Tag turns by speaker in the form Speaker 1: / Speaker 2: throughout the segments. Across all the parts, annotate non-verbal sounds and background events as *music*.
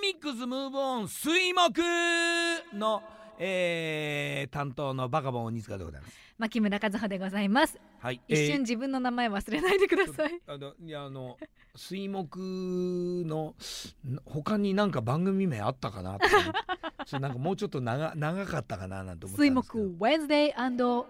Speaker 1: ミックスムーブオン水木の、えー担当のバカボン鬼塚でございます。
Speaker 2: 牧村和穂でございます。
Speaker 1: はい、
Speaker 2: 一瞬自分の名前忘れないでくだ
Speaker 1: ちょっ
Speaker 2: さい。
Speaker 1: とあのいやあの水木のん他になんか番組名あったかな *laughs* ってそうなんかもうちょっと長長かったかななんて思った
Speaker 2: 水
Speaker 1: んですけ
Speaker 2: 木
Speaker 1: ど
Speaker 2: Wednesday and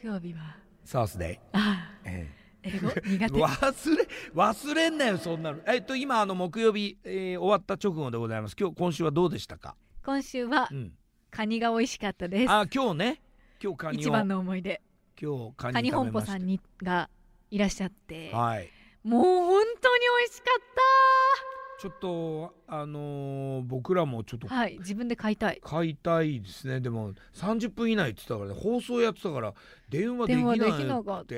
Speaker 2: 木曜日は
Speaker 1: サウスデイ、
Speaker 2: あ
Speaker 1: え
Speaker 2: 英
Speaker 1: *laughs*
Speaker 2: 語苦
Speaker 1: え
Speaker 2: 手。
Speaker 1: 忘れ忘れんなよそんなのえっと今あの木曜日、えー終わった直後でございます今日今週はどうでしたか、
Speaker 2: 今週は
Speaker 1: うん、
Speaker 2: カニが美味しかったです。
Speaker 1: あ今日ね今日カニを
Speaker 2: 一番の思い出。
Speaker 1: 今日カニ
Speaker 2: カニ
Speaker 1: 食べ
Speaker 2: 本舗
Speaker 1: ました
Speaker 2: さんにがいらっしゃって、
Speaker 1: はい
Speaker 2: もう本当に美味しかっ
Speaker 1: ちょっとあのー僕らもちょっと
Speaker 2: た。はい、自分で買いたい。
Speaker 1: 買いたいですねでも30分以内って言ってたからね放送やってたから電話でき
Speaker 2: 電
Speaker 1: な
Speaker 2: 話
Speaker 1: い
Speaker 2: できなかっ。
Speaker 1: ったて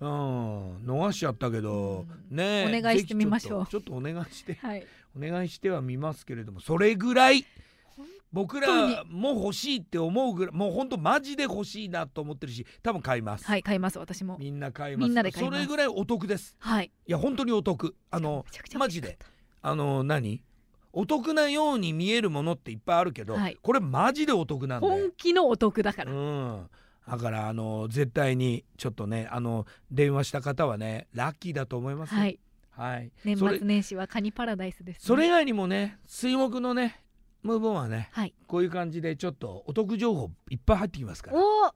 Speaker 1: うん逃しちゃったけど、
Speaker 2: うん
Speaker 1: ねえ
Speaker 2: お願いしてみましょう
Speaker 1: ぜひちょっとちょっとお願いして
Speaker 2: はい。
Speaker 1: お願いしてはみますけれどもそれぐらい僕らも欲しいって思うぐらいもうほんとマジで欲しいなと思ってるし多分買います、
Speaker 2: はい、買います私も。
Speaker 1: みんな買います
Speaker 2: みんなで買います
Speaker 1: それぐらいお得です
Speaker 2: はい。
Speaker 1: いや本当にお得あの
Speaker 2: めちゃくちゃ美
Speaker 1: マ
Speaker 2: 味
Speaker 1: ジ
Speaker 2: しかっ
Speaker 1: で
Speaker 2: た。
Speaker 1: あの何お得なように見えるものっていっぱいあるけど、
Speaker 2: はい
Speaker 1: これマジでお得なんで
Speaker 2: 本気のお得だから。
Speaker 1: うんだからあの絶対にちょっとねあの電話した方はねラッキーだと思いますよ
Speaker 2: はい。
Speaker 1: はい
Speaker 2: 年
Speaker 1: そ
Speaker 2: 末
Speaker 1: れ
Speaker 2: 年始はカニパラダイスです、ね。
Speaker 1: それ以外にもね水木のねムーブオンはね
Speaker 2: はい。
Speaker 1: こういう感じでちょっとお得情報いっぱい入ってきますから
Speaker 2: おお。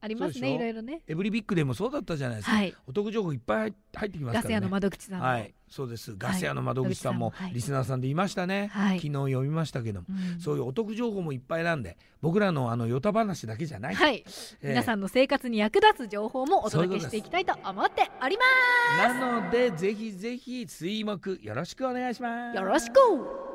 Speaker 2: あります
Speaker 1: そうでし
Speaker 2: ね。
Speaker 1: ょ
Speaker 2: いろいろね。
Speaker 1: エブリビッグでもそうだったじゃないですか、
Speaker 2: はい。
Speaker 1: お得情報いっぱい入ってきます
Speaker 2: ガ
Speaker 1: か
Speaker 2: ス
Speaker 1: ら
Speaker 2: 屋の
Speaker 1: ね
Speaker 2: 窓口さんも。
Speaker 1: はいそうですガス屋の窓口さんも
Speaker 2: はい
Speaker 1: リスナーさんでいましたね、
Speaker 2: はい
Speaker 1: 昨日読みましたけども
Speaker 2: うん
Speaker 1: そういうお得情報もいっぱいなんで僕らのあのヨタ話だけじゃない、
Speaker 2: はい。
Speaker 1: えー
Speaker 2: 皆さんの生活に役立つ情報もお
Speaker 1: そういうこ
Speaker 2: 届
Speaker 1: とです
Speaker 2: けしていきたいと思っておりま
Speaker 1: なのでぜひぜひ水木よろしくお願いします
Speaker 2: す。よろしく。